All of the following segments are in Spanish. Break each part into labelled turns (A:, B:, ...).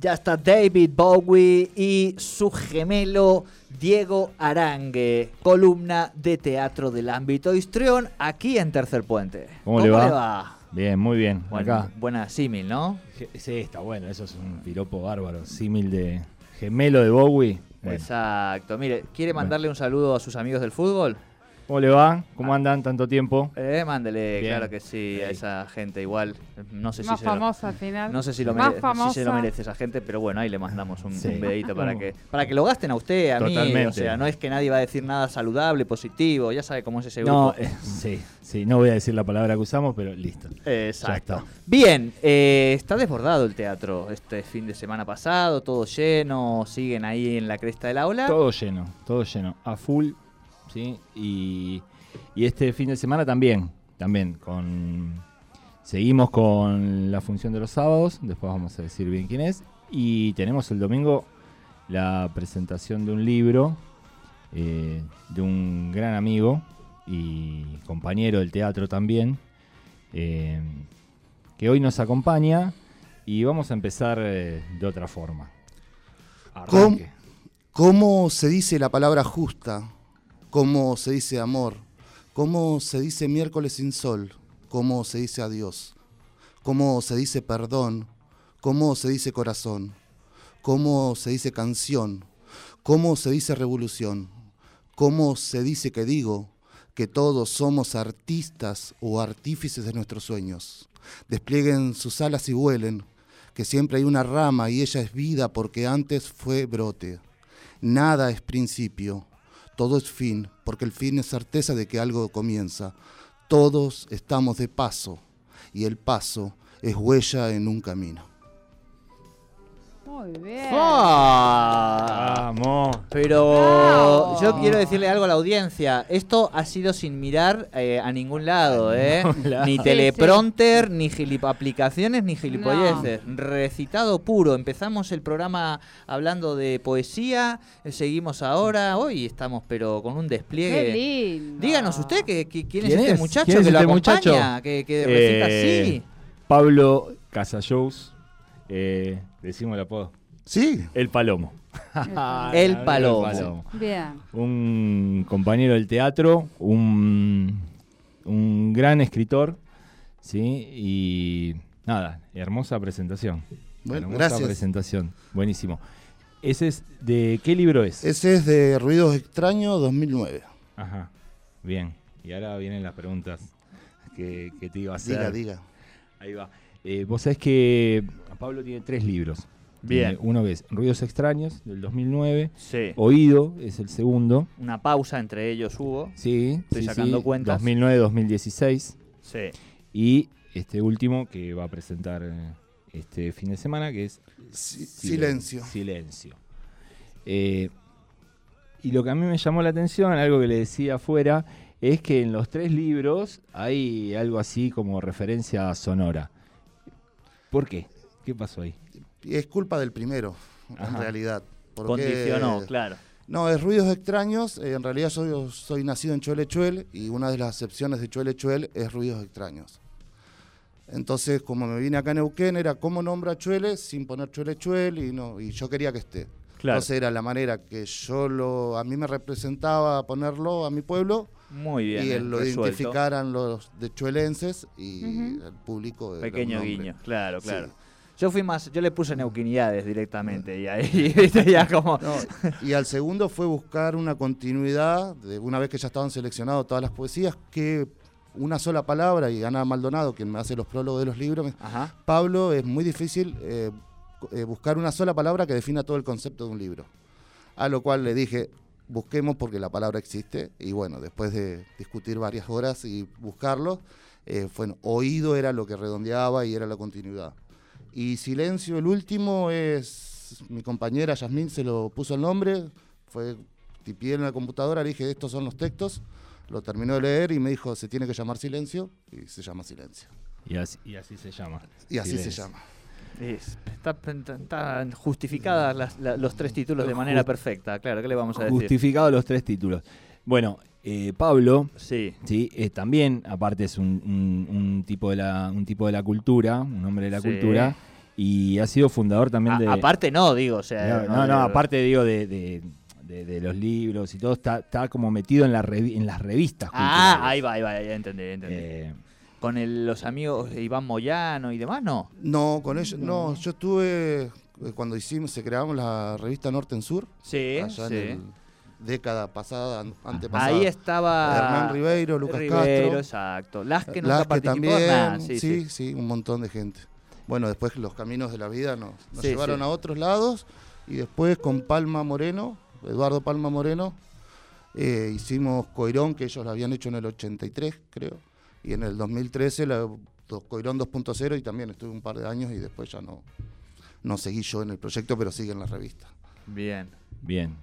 A: ya está David Bowie y su gemelo Diego Arangue, columna de teatro del ámbito histrión aquí en Tercer Puente.
B: ¿Cómo le va? Bien, muy bien.
A: Bueno,
B: Acá.
A: buena símil, ¿no?
B: Sí, está bueno. Eso es un piropo bárbaro. Símil de gemelo de Bowie. Bueno,
A: Exacto. Mire, ¿quiere mandarle un saludo a sus amigos del fútbol?
B: ¿Cómo le va? ¿Cómo andan tanto tiempo?
A: Eh, mándele,
B: Bien.
A: claro que sí, a
B: Ahí.
A: esa gente igual. No sé
C: Más
A: si se lo,
C: famosa al final.
A: no sé si lo,
C: Más
A: mere- si
C: famosa.
A: se lo merece esa gente, pero bueno, ahí le mandamos un,
B: Sí. Mm.
A: un dedito para que, para que lo gasten a usted, a mí. O
B: Totalmente.
A: sea, no es que nadie va a decir nada saludable, positivo, ya sabe cómo es ese grupo.
B: No, eh, sí, sí. No voy a decir la palabra que usamos, pero listo. Ya
A: Exacto.
B: está.
A: Bien, eh, está desbordado el teatro este fin de semana pasado, todo lleno, siguen ahí en la cresta de la ola.
B: Todo lleno, todo lleno, a full, ¿sí? Y, y este fin de semana también, también, con... Seguimos con la función de los sábados, después vamos a decir bien quién es, y tenemos el domingo la presentación de un libro eh, de un gran amigo y compañero del teatro también, eh, que hoy nos acompaña y vamos a empezar eh, de otra forma.
D: ¿Cómo?
B: Arranque.
D: ¿Cómo se dice la palabra justa? ¿Cómo se dice amor? ¿Cómo se dice miércoles sin sol? ¿Cómo se dice adiós? ¿Cómo se dice perdón? ¿Cómo se dice corazón? ¿Cómo se dice canción? ¿Cómo se dice revolución? ¿Cómo se dice que digo que todos somos artistas o artífices de nuestros sueños? Desplieguen sus alas y vuelen, que siempre hay una rama y ella es vida porque antes fue brote. Nada es principio, todo es fin, porque el fin es certeza de que algo comienza. Todos estamos de paso y el paso es huella en un camino.
C: Muy bien.
A: ¡Ah!
B: Vamos.
A: Pero
C: Bravo.
A: yo quiero decirle algo a la audiencia. Esto ha sido sin mirar eh, a ningún lado, ¿eh?
B: lado.
A: Ni
B: Sí,
A: teleprompter, ni gilip aplicaciones, ni gilipolleces.
C: No.
A: Recitado puro. Empezamos el programa hablando de poesía, eh, seguimos ahora. Hoy estamos, pero con un despliegue.
C: Qué lindo.
A: Díganos usted que, que- quién, es
B: ¿Quién
A: este
B: es?
A: muchacho
B: ¿Quién es
A: que lo
B: este
A: acompaña,
B: muchacho?
A: que, que recita
B: Eh,
A: así.
B: Pablo Casajous, eh, decimos el apodo.
D: Sí,
B: El Palomo.
A: El Palomo.
C: Bien.
B: Un compañero del teatro, un, un gran escritor, ¿sí? Y nada, hermosa presentación.
D: Bueno,
B: hermosa
D: gracias.
B: presentación, buenísimo. ¿Ese es de qué libro es?
D: ese es de Ruidos Extraños 2009.
B: Ajá, bien. Y ahora vienen las preguntas que, que te iba a hacer.
D: Diga, diga.
B: Ahí va. Eh, Vos sabés que ah, Pablo tiene tres libros.
A: Bien.
B: Tiene uno que es Ruidos Extraños, del 2009.
A: Sí.
B: Oído es el segundo.
A: Una pausa entre ellos hubo.
B: Sí,
A: Estoy
B: sí,
A: sacando
B: sí,
A: cuentas.
B: 2009-2016.
A: Sí.
B: Y este último que va a presentar eh, este fin de semana, que es
D: Si-
B: Silen-
D: silencio.
B: Silencio. Eh, y lo que a mí me llamó la atención, algo que le decía afuera, es que en los tres libros hay algo así como referencia sonora. ¿Por qué? ¿Qué pasó ahí?
D: Es culpa del primero, en
B: Ajá.
D: realidad. porque-
A: Condicionó, claro.
D: No, es Ruidos Extraños. eh, en realidad yo soy nacido en Cholechuel y una de las acepciones de Cholechuel es Ruidos Extraños. Entonces, como me vine acá a Neuquén, era cómo nombra Chuele sin poner Cholechuel y, no, y yo quería que esté.
A: Claro.
D: Entonces era la manera que yo lo, a mí me representaba ponerlo a mi pueblo
A: Muy bien.
D: y
A: eh,
D: el- lo
A: resuelto.
D: identificaran los de Chuelenses y
C: Ujú.
D: el público. era
A: Pequeño
D: un nombre.
A: guiño, claro,
D: Sí.
A: claro. Yo fui más, yo le puse neuquinidades directamente y ahí, viste, ya como...
D: No, y al segundo fue buscar una continuidad, de una vez que ya estaban seleccionadas todas las poesías, que una sola palabra, y Ana Maldonado, quien me hace los prólogos de los libros, me-
A: Ajá.
D: Pablo, es muy difícil eh, co- eh, buscar una sola palabra que defina todo el concepto de un libro. A lo cual le dije, busquemos porque la palabra existe, y bueno, después de discutir varias horas y buscarlo, eh, bueno, oído era lo que redondeaba y era la continuidad. Y silencio, el último es, mi compañera Yasmín se lo puso el nombre, fue, tipié en la computadora, le dije, estos son los textos, lo terminó de leer y me dijo, se tiene que llamar silencio, y se llama silencio.
B: Y así, y así se llama.
D: Y así se
B: Silencio.
D: llama.
A: Es- está- Están justificadas las- la- los tres títulos de manera
B: Just-
A: perfecta, claro, ¿qué le vamos a decir?
B: Justificado los tres títulos. Bueno, eh, Pablo,
A: Sí,
B: sí, Eh, también, aparte es un, un- un tipo de la, un tipo de la cultura, un hombre de la
A: Sí.
B: cultura, y ha sido fundador también
A: A-
B: de...
A: aparte no, digo, o sea...
B: no, no, no, aparte digo de, de- de- de los libros y todo, está, está como metido en, la revi- en las revistas.
A: Ah,
B: culturales.
A: ahí va, ahí va, ya entendí, ya entendí.
B: Eh,
A: Con el- los amigos de Iván Moyano y demás, ¿no?
D: No, con ellos, no, yo estuve, eh, cuando hicimos, se creamos la revista Norte en Sur,
A: Sí,
D: allá
A: ¿Eh? sí.
D: en el década pasada, an- antepasada.
A: Ahí estaba...
D: Hernán Ribeiro, Lucas
A: Ribeiro,
D: Castro. Eh,
A: exacto. Las que nunca
D: Las que
A: participó
D: también,
A: nada, sí,
D: sí,
A: sí.
D: sí, un montón de gente. Bueno, después los caminos de la vida nos, nos
A: Sí,
D: llevaron
A: sí.
D: a otros lados y después con Palma Moreno, Eduardo Palma Moreno, eh, hicimos Coirón, que ellos lo habían hecho en el 83, creo, y en el 2013 la, to- Coirón 2.0 y también estuve un par de años y después ya no, no seguí yo en el proyecto, pero sigue en la revista.
A: Bien.
B: bien.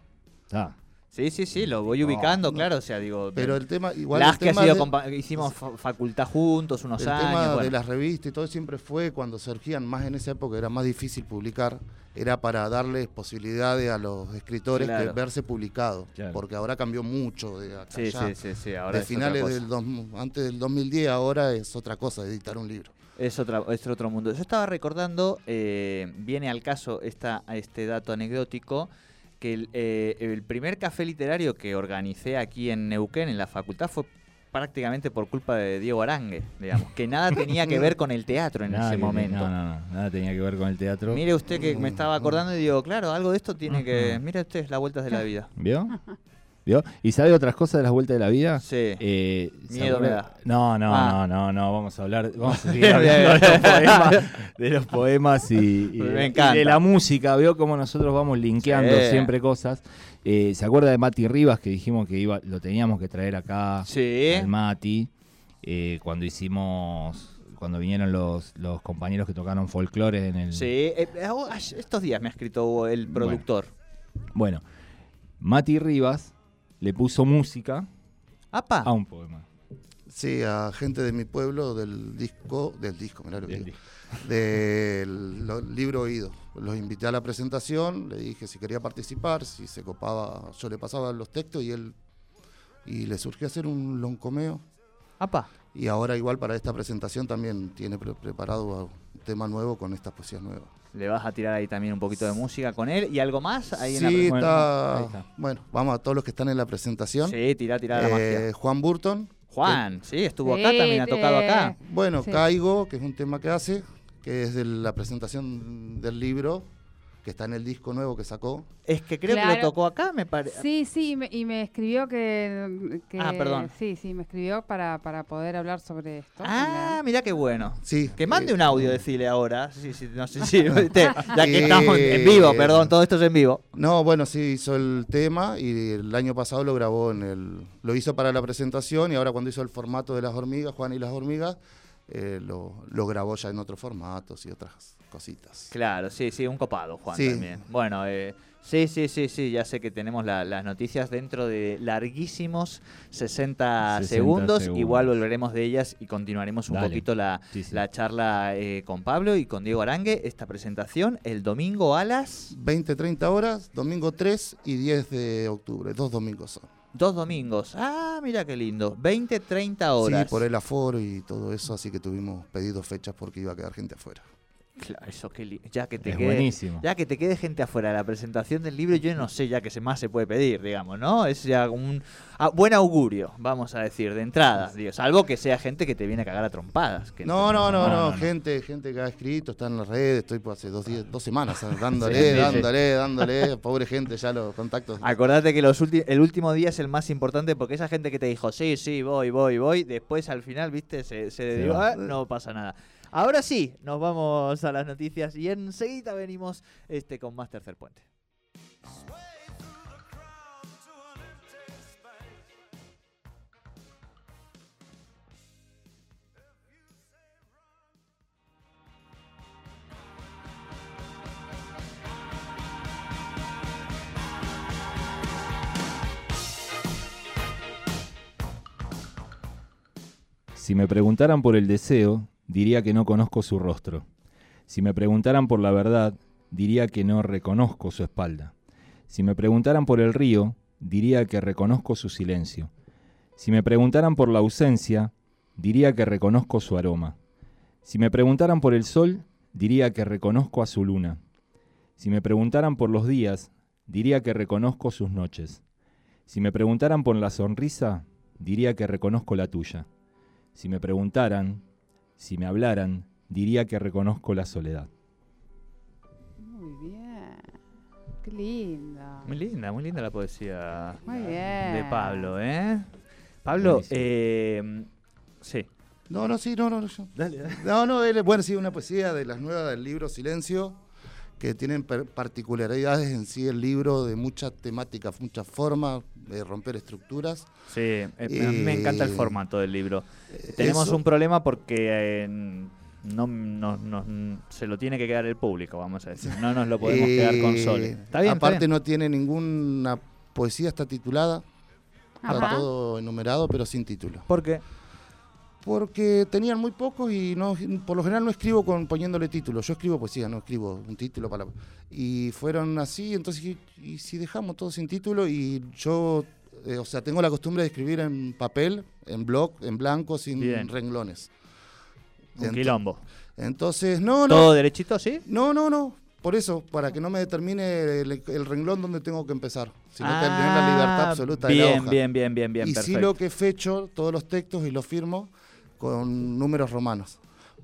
B: Está.
A: Sí, sí, sí, lo voy
D: No,
A: ubicando,
D: no.
A: claro, o sea, digo...
D: Pero
A: de-
D: el tema, igual
A: las
D: el
A: que ha
D: tema
A: sido
D: de-
A: compa- hicimos fa- facultad juntos unos
D: El
A: años.
D: tema
A: bueno.
D: de las revistas y todo siempre fue cuando surgían más en esa época, era más difícil publicar, era para darles posibilidades a los escritores
A: Claro.
D: de verse publicados,
B: Claro.
D: porque ahora cambió mucho de acá
A: Sí,
D: allá.
A: sí, sí, sí, ahora
D: de
A: es
D: finales
A: otra
D: del
A: cosa.
D: dos, antes del 2010, ahora es otra cosa editar un libro.
A: Es, otra, es otro mundo. Yo estaba recordando, eh, viene al caso esta, este dato anecdótico, que el, eh, el primer café literario que organicé aquí en Neuquén, en la facultad, fue prácticamente por culpa de Diego Arangue, digamos, que nada tenía que ver con el teatro en
B: Nada
A: ese
B: que-
A: momento.
B: No, no, no, nada tenía que ver con el teatro.
A: Mire usted que me estaba acordando y digo, claro, algo de esto tiene que... Mire usted las vueltas de la vida.
B: ¿Vio? ¿Vio? ¿Y sabe otras cosas de las vueltas de la vida?
A: Sí.
B: Eh, ¿se
A: Miedo
B: acuerda?
A: me da.
B: No, no,
A: Ah.
B: no, no, no, vamos a hablar, vamos a seguir
A: Bien,
B: hablando de los
A: bien.
B: poemas, de los poemas y, y-
A: Me
B: y
A: encanta.
B: de la música. Veo cómo nosotros vamos linkeando
A: Sí.
B: siempre cosas. Eh, ¿Se acuerda de Mati Rivas que dijimos que iba, lo teníamos que traer
D: Ah,
B: acá
A: Sí.
B: al Mati? eh, cuando hicimos, cuando vinieron los, los compañeros que tocaron folclore en el,
A: Sí, eh, eh, oh, ay, estos días me ha escrito el productor.
B: Bueno, Mati Rivas le puso música
A: ¡Apa!
D: Ah.
B: a un poema.
D: Sí, a gente de mi pueblo del disco, del disco, mirá lo que
B: Del
D: digo, del lo- libro oído. Los invité a la presentación, le dije si quería participar, si se copaba, yo le pasaba los textos y él y le surgió hacer un loncomeo.
A: ¡Apa!
D: Y ahora igual para esta presentación también tiene pre- preparado un tema nuevo con estas poesías nuevas.
A: Le vas a tirar ahí también un poquito de música con él. ¿Y algo más? Ahí en la
D: sí,
A: pre-
B: bueno,
D: está,
B: ahí
D: bueno,
B: está.
D: vamos a todos los que están en la presentación.
A: Sí, tirá, tirá la
D: Eh,
A: magia.
D: Juan Burton.
A: Juan, sí, estuvo acá,
C: Sí,
A: también ha
C: te-
A: tocado acá.
D: que- bueno,
C: Sí.
D: Caigo, que es un tema que hace, que es de la presentación del libro, que está en el disco nuevo que sacó.
A: Es que creo que lo
C: Claro.
A: tocó acá, me parece.
C: Sí, sí, y me, y me escribió que, que-
A: Ah, perdón.
C: Sí, sí, me escribió para, para poder hablar sobre esto.
A: Ah, mirá qué bueno.
D: Sí.
A: Que mande
D: eh,
A: un audio, decirle ahora. Sí, sí, no sé si. viste, ya que
D: Eh.
A: estamos en vivo, perdón, todo esto es en vivo.
D: No, bueno, sí hizo el tema y el año pasado lo grabó en el. Lo hizo para la presentación y ahora cuando hizo el formato de las hormigas, Juan y las hormigas, eh, lo, lo grabó ya en otros formatos y otras cositas.
A: Claro, sí, sí, un copado, Juan,
D: Sí.
A: también. Bueno, eh, sí, sí, sí, sí, ya sé que tenemos la- las noticias dentro de larguísimos 60,
B: 60
A: segundos.
B: segundos.
A: Igual volveremos de ellas y continuaremos un
B: Dale.
A: poquito la,
B: Sí, sí.
A: la charla eh, con Pablo y con Diego Arangue. Esta presentación el domingo a las
D: 20, 30 horas, domingo 3 y 10 de octubre, dos domingos son.
A: dos domingos. Ah, mira qué lindo. 20, 30 horas.
D: Sí, por el aforo y todo eso, así que tuvimos pedidos fechas porque iba a quedar gente afuera.
A: Claro, eso qué li- ya que te
B: Es
A: quede,
B: buenísimo.
A: Ya que te quede gente afuera de la presentación del libro, yo no sé ya que se más se puede pedir, digamos, ¿no? Es ya un ah, buen augurio, vamos a decir, de entrada, digo, salvo que sea gente que te viene a cagar a trompadas. que
D: No, no, no,
B: No,
D: no,
B: no, no.
D: gente, gente que ha escrito, está en las redes, estoy por hace dos, días, dos semanas, ah, dándole,
B: Sí, sí, sí.
D: dándole, dándole, pobre gente, ya los contactos.
A: Acordate que los ulti- el último día es el más importante porque esa gente que te dijo, sí, sí, voy, voy, voy, después al final, viste, se, se
B: Se
A: digo,
B: va.
A: "Ah, no pasa nada. Ahora sí, nos vamos a las noticias y enseguida venimos este, con más Tercer Puente.
B: Si me preguntaran por el deseo, diría que no conozco su rostro. Si me preguntaran por la verdad, diría que no reconozco su espalda. Si me preguntaran por el río, diría que reconozco su silencio. Si me preguntaran por la ausencia, diría que reconozco su aroma. Si me preguntaran por el sol, diría que reconozco a su luna. Si me preguntaran por los días, diría que reconozco sus noches. Si me preguntaran por la sonrisa, diría que reconozco la tuya. Si me preguntaran, si me hablaran, diría que reconozco la soledad.
C: Muy bien. Qué lindo.
A: Muy linda, muy linda la poesía
C: Muy bien.
A: de Pablo, ¿eh? Pablo,
B: Buenísimo.
A: eh, sí.
D: No, no, sí, no, no, no. yo- No, no, él- bueno, sí, una poesía de las nuevas del libro Silencio, que tienen per- particularidades en sí el libro de muchas temáticas, muchas formas de romper estructuras.
A: Sí, eh, a mí me encanta el
D: Eh,
A: formato del libro. Tenemos
D: Eso-
A: un problema porque eh, no, no- no- se lo tiene que quedar el público, vamos a decir. No nos lo podemos
D: Eh,
A: quedar con Sol. Está bien,
D: Aparte
A: está bien.
D: no tiene ninguna poesía, está titulada, está
C: Ajá.
D: todo enumerado, pero sin título.
A: ¿Por qué?
D: Porque tenían muy pocos y no, por lo general no escribo con, poniéndole título. Yo escribo poesía, no escribo un título para... Y fueron así, entonces dije, y si dejamos todo sin título y yo, eh, o sea, tengo la costumbre de escribir en papel, en blog, en blanco, sin
A: Bien.
D: renglones.
A: Un
D: Ento-
A: quilombo.
D: Entonces, no, no.
A: ¿Todo derechito, sí?
D: No, no, no. Por eso, para que no me determine el, el renglón donde tengo que empezar. Sino
A: Ah,
D: que tener la libertad absoluta
A: bien,
D: de la hoja.
A: Bien, bien, bien, bien,
D: y sí
A: perfecto.
D: lo que fecho todos los textos y los firmo con números romanos.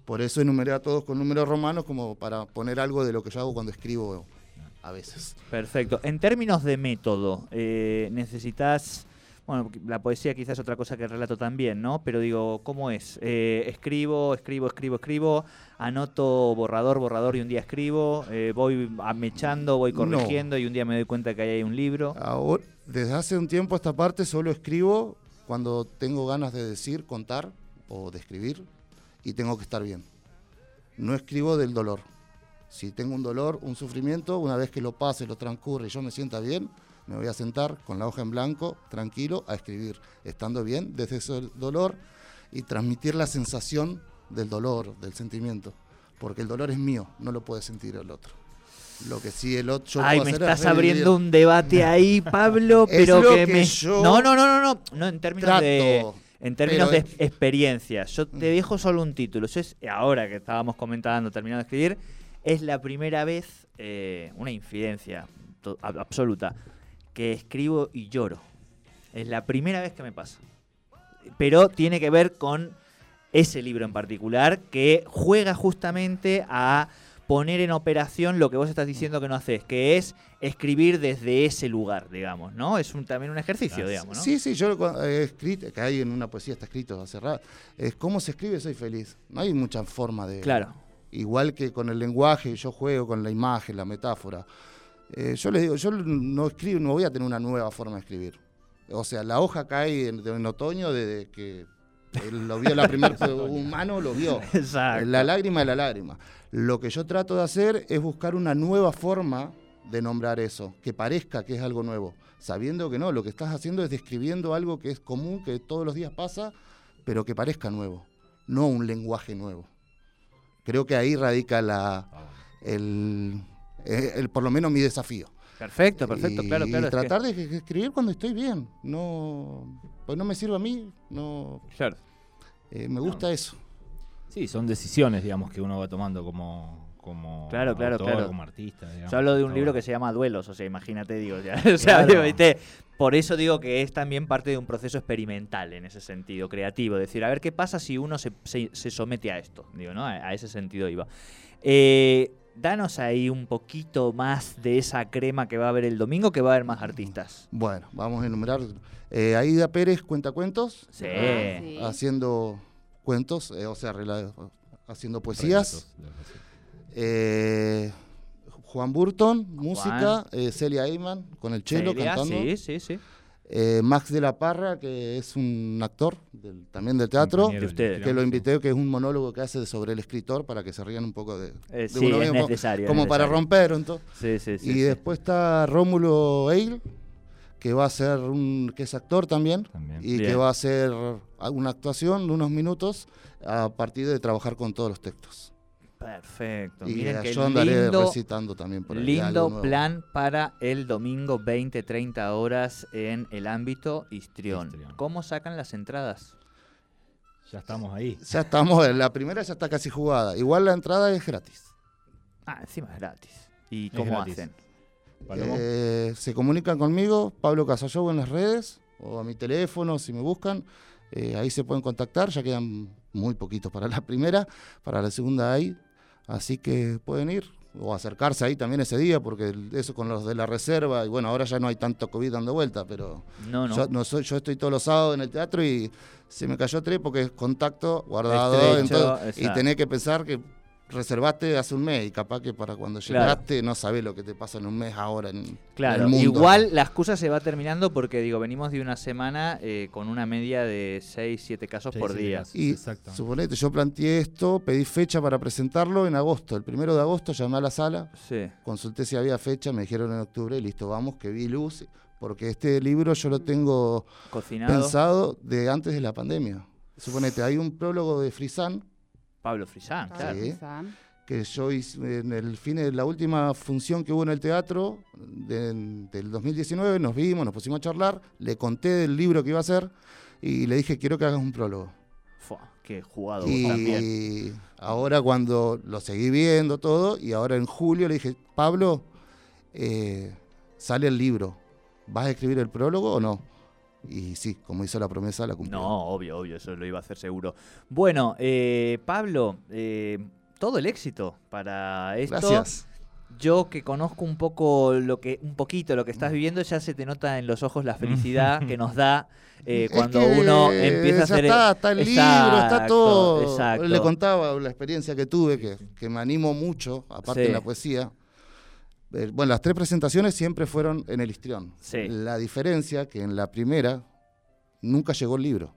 D: Por eso enumeré a todos con números romanos como para poner algo de lo que yo hago cuando escribo a veces.
A: Perfecto. En términos de método, eh, necesitas. Bueno, la poesía quizás es otra cosa que el relato también, ¿no? Pero digo, ¿cómo es? Eh, escribo, escribo, escribo, escribo, anoto borrador, borrador y un día escribo, eh, voy amechando, voy
D: No.
A: corrigiendo y un día me doy cuenta que ahí hay un libro.
D: Ahora, desde hace un tiempo a esta parte solo escribo cuando tengo ganas de decir, contar o de escribir y tengo que estar bien. No escribo del dolor. Si tengo un dolor, un sufrimiento, una vez que lo pase, lo transcurre y yo me sienta bien, me voy a sentar con la hoja en blanco, tranquilo, a escribir, estando bien desde ese dolor y transmitir la sensación del dolor, del sentimiento. Porque el dolor es mío, no lo puede sentir el otro. Lo que sí el otro... yo
A: Ay, me
D: puedo hacer es
A: estás
D: revivir.
A: abriendo un debate ahí, Pablo,
D: Es
A: pero
D: lo
A: que,
D: que
A: me.
D: yo
A: no, no, no, no, no, no, en términos de.
D: trato,
A: En términos de
D: pero
A: ex-
D: Mm.
A: experiencia, yo te dejo solo un título. Yo es, ahora que estábamos comentando, terminando de escribir, es la primera vez, eh, una infidencia to- ab- absoluta, que escribo y lloro. Es la primera vez que me pasa. Pero tiene que ver con ese libro en particular que juega justamente a poner en operación lo que vos estás diciendo que no haces, que es escribir desde ese lugar, digamos, ¿no? Es un, también un ejercicio,
B: Ah,
A: digamos, ¿no?
D: Sí, sí, yo lo he escrito, que hay en una poesía está escrito hace rato, es cómo se escribe soy feliz. No hay mucha forma de...
A: Claro.
D: Igual que con el lenguaje, yo juego con la imagen, la metáfora. Eh, yo les digo, yo no escribo, no voy a tener una nueva forma de escribir. O sea, la hoja cae en, en otoño desde que él lo vio la primera humano, lo vio.
A: Exacto.
D: La lágrima de la lágrima. Lo que yo trato de hacer es buscar una nueva forma de nombrar eso, que parezca que es algo nuevo, sabiendo que no, lo que estás haciendo es describiendo algo que es común, que todos los días pasa, pero que parezca nuevo, no un lenguaje nuevo. Creo que ahí radica la, el, eh, el- por lo menos mi desafío.
A: Perfecto, perfecto,
D: Y-
A: claro, claro.
D: Y
A: es que-
D: tratar de de escribir cuando estoy bien, no, pues no me sirve a mí, no,
A: Claro.
D: eh, me gusta eso.
B: Sí, son decisiones, digamos, que uno va tomando como, como
A: Claro, claro,
B: autor,
A: claro.
B: como artista. digamos.
A: Yo hablo de un
B: Está
A: libro que
B: bueno.
A: se llama Duelos, o sea, imagínate, digo, ya, o sea,
B: Claro.
A: ¿viste? Por eso digo que es también parte de un proceso experimental en ese sentido, creativo. Decir, a ver qué pasa si uno se, se- se somete a esto, digo, ¿no? A, a ese sentido iba. Eh, danos ahí un poquito más de esa crema que va a haber el domingo, que va a haber más artistas.
D: Bueno, vamos a enumerar. Eh, Aida Pérez cuenta cuentos,
A: Sí.
C: Ah, sí.
D: haciendo cuentos, eh, o sea, rela- haciendo poesías. Eh, Juan Burton, música. Eh, Celia Eyman con el cello
A: Celia,
D: cantando.
A: Sí, sí, sí.
D: Eh, Max de la Parra, que es un actor del- también del teatro,
A: de
B: Compañero
A: ustedes.
D: que lo invité, que es un monólogo que hace sobre el escritor para que se rían un poco de,
A: Eh,
D: de
A: sí,
D: uno
A: es
D: mismo,
A: necesario, es
D: como para
A: necesario.
D: romper. Entonces.
A: Sí, sí, sí.
D: y
A: sí.
D: después está Rómulo Eil, que va a ser un, que es actor también,
B: También.
D: y que
A: Bien.
D: va a hacer una actuación de unos minutos a partir de trabajar con todos los textos.
A: Perfecto.
D: Y
A: Miren
D: eh,
A: qué
D: yo andaré
A: lindo
D: recitando también por ahí. algo
A: Lindo
D: nuevo.
A: plan para el domingo 20-30 horas en el ámbito histrión.
B: Histrión.
A: ¿Cómo sacan las entradas?
B: Ya estamos ahí.
D: Ya estamos, la primera ya está casi jugada. Igual la entrada es gratis.
A: Ah, encima es gratis. ¿Y
B: Es
A: cómo
B: gratis.
A: hacen?
B: Palomo.
D: Eh, se comunican conmigo, Pablo Casallobo en las redes o a mi teléfono si me buscan. Eh, ahí se pueden contactar, ya quedan muy poquitos para la primera, para la segunda hay. Así que pueden ir o acercarse ahí también ese día, porque el- eso con los de la reserva, y bueno, ahora ya no hay tanto COVID dando vuelta, pero
A: No, no.
D: Yo, no soy, yo estoy todos los sábados en el teatro y se me cayó tres porque es contacto guardado.
A: Estrecho,
D: entonces- y
A: exacto.
D: tenés que pensar que reservaste hace un mes y capaz que para cuando
A: Claro.
D: llegaste no sabés lo que te pasa en un mes ahora en, en
A: Claro,
D: el mundo.
A: igual la excusa se va terminando porque, digo, venimos de una semana eh, con una media de 6, 7 casos
B: Seis,
A: por
B: siete
A: día.
B: casos,
D: Y
B: Exacto.
D: Suponete, yo planteé esto, pedí fecha para presentarlo en agosto. El primero de agosto llamé a la sala,
A: Sí.
D: consulté si había fecha, me dijeron en octubre, listo, vamos, que vi luz. Porque este libro yo lo tengo
A: Cocinado.
D: pensado de antes de la pandemia. Suponete, hay un prólogo de Frisán
A: Pablo Frisán,
C: Pablo
A: claro.
D: Sí.
C: Frisán.
D: que yo hice en el fin de la última función que hubo en el teatro de- del 2019, nos vimos, nos pusimos a charlar, le conté del libro que iba a hacer y le dije, quiero que hagas un prólogo.
A: Fua, qué jugado vos Ah, también.
D: Y ahora cuando lo seguí viendo todo, y ahora en julio le dije, Pablo, eh, sale el libro, ¿vas a escribir el prólogo o no? Y sí, como hizo la promesa, la cumplió.
A: No, obvio, obvio, eso lo iba a hacer seguro. Bueno, eh, Pablo, eh, todo el éxito para esto.
D: Gracias.
A: Yo que conozco un poco lo que, un poquito lo que
D: Mm.
A: estás viviendo, ya se te nota en los ojos la felicidad que nos da eh,
D: Es
A: cuando
D: que
A: uno empieza a
D: ya
A: hacer. e
D: Está, está el libro, está
A: Exacto,
D: todo.
A: exacto.
D: Le contaba la experiencia que tuve, que, que me animo mucho, aparte
A: Sí.
D: en la poesía. Eh, Bueno, las tres presentaciones siempre fueron en el histrión.
A: Sí.
D: La diferencia que en la primera nunca llegó el libro.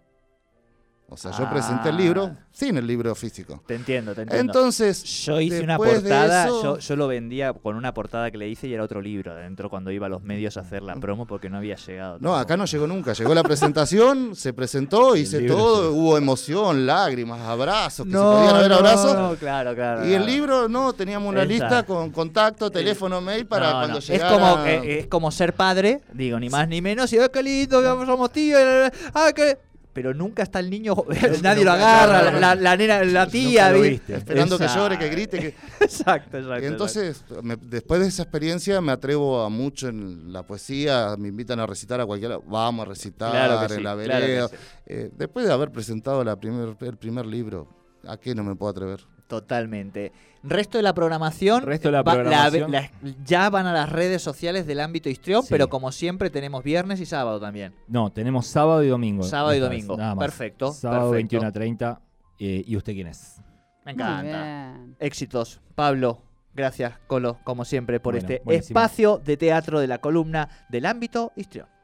D: O sea, yo presenté el libro
A: Ah.
D: sin el libro físico.
A: Te entiendo, te entiendo.
D: Entonces,
A: Yo hice una
D: después de
A: portada,
D: eso-
A: yo, yo lo vendía con una portada que le hice y era otro libro adentro cuando iba a los medios a hacer la promo porque no había llegado.
D: Mm. No,
A: tampoco.
D: acá no llegó nunca. Llegó la presentación, se presentó,
B: El
D: hice
B: libro
D: todo,
B: llegó.
D: hubo emoción, lágrimas, abrazos, que
A: No,
D: se podían haber
A: no,
D: abrazos.
A: no, claro, claro.
D: Y el
A: claro.
D: libro, no, teníamos una
A: Esa.
D: lista con contacto, teléfono, mail para
A: No,
D: cuando
A: no.
D: llegara.
A: Es como, que- eh, es como ser padre, digo, ni más ni menos, y "Ay, qué lindo, ya somos tíos, eh, ah, qué-". Pero nunca está el niño, nadie lo agarra, la, la, la nena, la tía,
B: Nunca lo
A: ¿vi?
B: viste.
D: Esperando
A: Exacto.
D: que llore, que grite. Que...
A: Exacto, exacto.
D: Y entonces, me- después de esa experiencia, me atrevo a mucho en la poesía. Me invitan a recitar a cualquiera. Vamos a recitar
A: Claro que
D: en
A: sí,
D: la
A: claro que
D: vereda.
A: sí.
D: Eh, después de haber presentado la primer, el primer libro, ¿a qué no me puedo atrever?
A: exacto. totalmente. Resto de la programación,
B: Resto de la
A: va-
B: programación.
A: la- ya van a las redes sociales del ámbito histrión,
B: Sí.
A: pero como siempre tenemos viernes y sábado también.
B: No, tenemos sábado y domingo.
A: Sábado y
B: Esta vez,
A: domingo.
B: nada más.
A: Perfecto,
B: Sábado
A: perfecto.
B: 21 a 30. eh, ¿Y usted quién es?
A: Me
C: Muy
A: encanta.
C: bien.
A: éxitos. Pablo, gracias, Colo, como siempre, por
B: Bueno,
A: este
B: buenísimo.
A: espacio de teatro de la columna del ámbito histrión.